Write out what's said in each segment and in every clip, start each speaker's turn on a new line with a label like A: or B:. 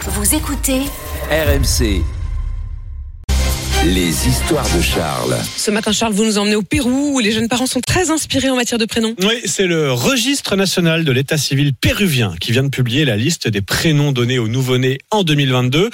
A: Vous écoutez
B: RMC. Les histoires de Charles.
C: Ce matin, Charles, vous nous emmenez au Pérou où les jeunes parents sont très inspirés en matière de prénoms.
D: Oui, c'est le Registre national de l'état civil péruvien qui vient de publier la liste des prénoms donnés aux nouveau-nés en 2022.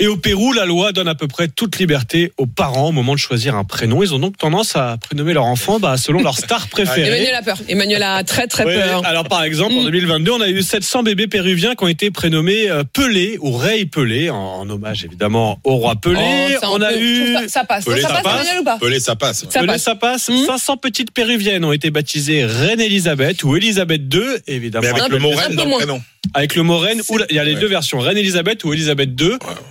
D: Et au Pérou, la loi donne à peu près toute liberté aux parents au moment de choisir un prénom. Ils ont donc tendance à prénommer leur enfant bah, selon leur star préférée.
C: Ah, Emmanuel a peur. Emmanuel a très très
D: Ouais,
C: peur. Mm.
D: Alors par exemple, en 2022, on a eu 700 bébés péruviens qui ont été prénommés euh, Pelé ou Rey Pelé, en, en hommage évidemment au roi Pelé.
C: Oh, ça,
D: on a
C: peut-
D: eu...
C: Ça, ça passe.
E: Pelé,
C: ça,
E: ça
C: passe,
E: passe.
C: Emmanuel, ou pas
E: Pelé, ça passe.
C: Ça
D: Pelé,
C: passe.
D: ça passe.
C: Mhm.
D: 500 petites péruviennes ont été baptisées Reine Elisabeth ou Elisabeth II, évidemment.
E: Mais avec
C: Un
E: le
C: peu-
E: mot
C: un
E: reine
C: peu
E: dans le
C: moins.
E: prénom.
D: Avec le Morène, ou la- il y a les
E: Ouais.
D: deux versions, Reine Elisabeth ou Elisabeth II.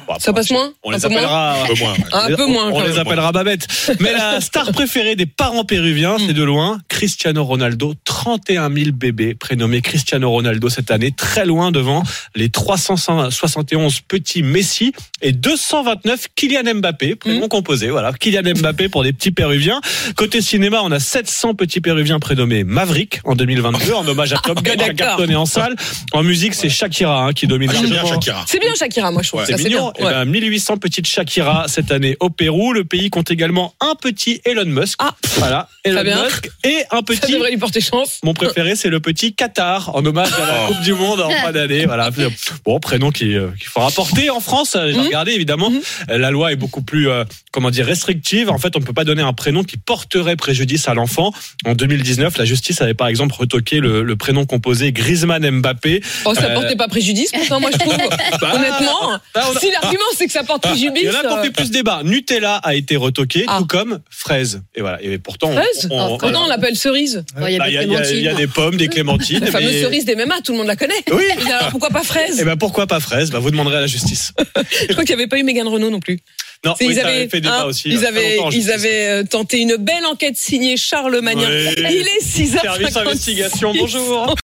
D: Bon,
C: Ça passe moins
D: On
C: Un
D: les
C: peu moins
D: appellera. euh,
E: Un peu moins. ouais.
C: Un peu
D: on-
C: moins,
D: On,
C: quand
D: les
C: même.
D: appellera Babette. Mais la star préférée des parents
C: Hmm.
D: péruviens, c'est de loin Cristiano Ronaldo. 31 000 bébés prénommés Cristiano Ronaldo cette année, très loin devant les 371 petits Messi et 229 Kylian Mbappé, prénom
C: Hmm.
D: composé. Voilà, Kylian Mbappé pour les petits péruviens. Côté cinéma, on a 700 petits péruviens prénommés Maverick en 2022 en hommage à Top Gun qui a
C: D'accord.
D: cartonné en salle. En musique, c'est Shakira hein, qui domine
E: Ah, J'aime bien
D: largement.
E: Shakira.
C: C'est bien Shakira, moi je trouve.
E: Ouais,
C: Ça,
D: C'est mignon.
C: bien. Ouais.
D: Eh ben, 1800 petites Shakira cette année au Pérou. Le pays compte également un petit Elon Musk.
C: Ah.
D: voilà, Elon
C: bien.
D: Musk et un
C: Ça
D: petit.
C: devrait lui porter chance.
D: Mon préféré, c'est le petit Qatar, en hommage à la
E: Oh.
D: Coupe du Monde en fin d'année. Voilà. Bon, prénom qui- euh, qu'il faut rapporter. En France, euh, j'ai
C: Mhm.
D: regardé, évidemment,
C: Mhm.
D: euh, la loi est beaucoup plus, euh, comment dire, restrictive. En fait, on ne peut pas donner un prénom qui porterait préjudice à l'enfant. En 2019, la justice avait par exemple retoqué le, le prénom composé Griezmann Mbappé.
C: Oh, ça
D: Euh,
C: portait pas préjudice, pourtant, moi je trouve.
D: Bah,
C: Honnêtement,
D: bah, on a- Ah,
C: si l'argument c'est que ça porte préjudice.
D: Il y en a qui ont fait
C: euh,
D: plus débat. Nutella a été retoqué,
C: Ah.
D: tout comme fraise. Et voilà. Et pourtant, on-
C: fraise
D: on-
C: Ah,
D: on-
C: Pourtant, on l'appelle cerise.
D: bah, il y, a- il y a- il y a des pommes, des clémentines.
C: La fameuse
D: mais-
C: cerise des MMA, tout le monde la connaît.
D: Oui.
C: Mais alors, pourquoi pas fraise
D: Et ben pourquoi pas fraise Bah, Vous demanderez à la justice.
C: Je crois qu'il n'y avait pas eu Mégane Renault non plus.
D: Non,
C: C'est-
D: oui,
C: ils
D: ça
C: avaient,
D: fait débat
C: hein,
D: aussi.
C: ils
D: euh, très
C: avaient,
D: longtemps en
C: ils
D: justice.
C: avaient euh, tenté une belle enquête signée Charles Magnin.
D: Ouais.
C: Il est 6h56.
D: Service investigation, bonjour.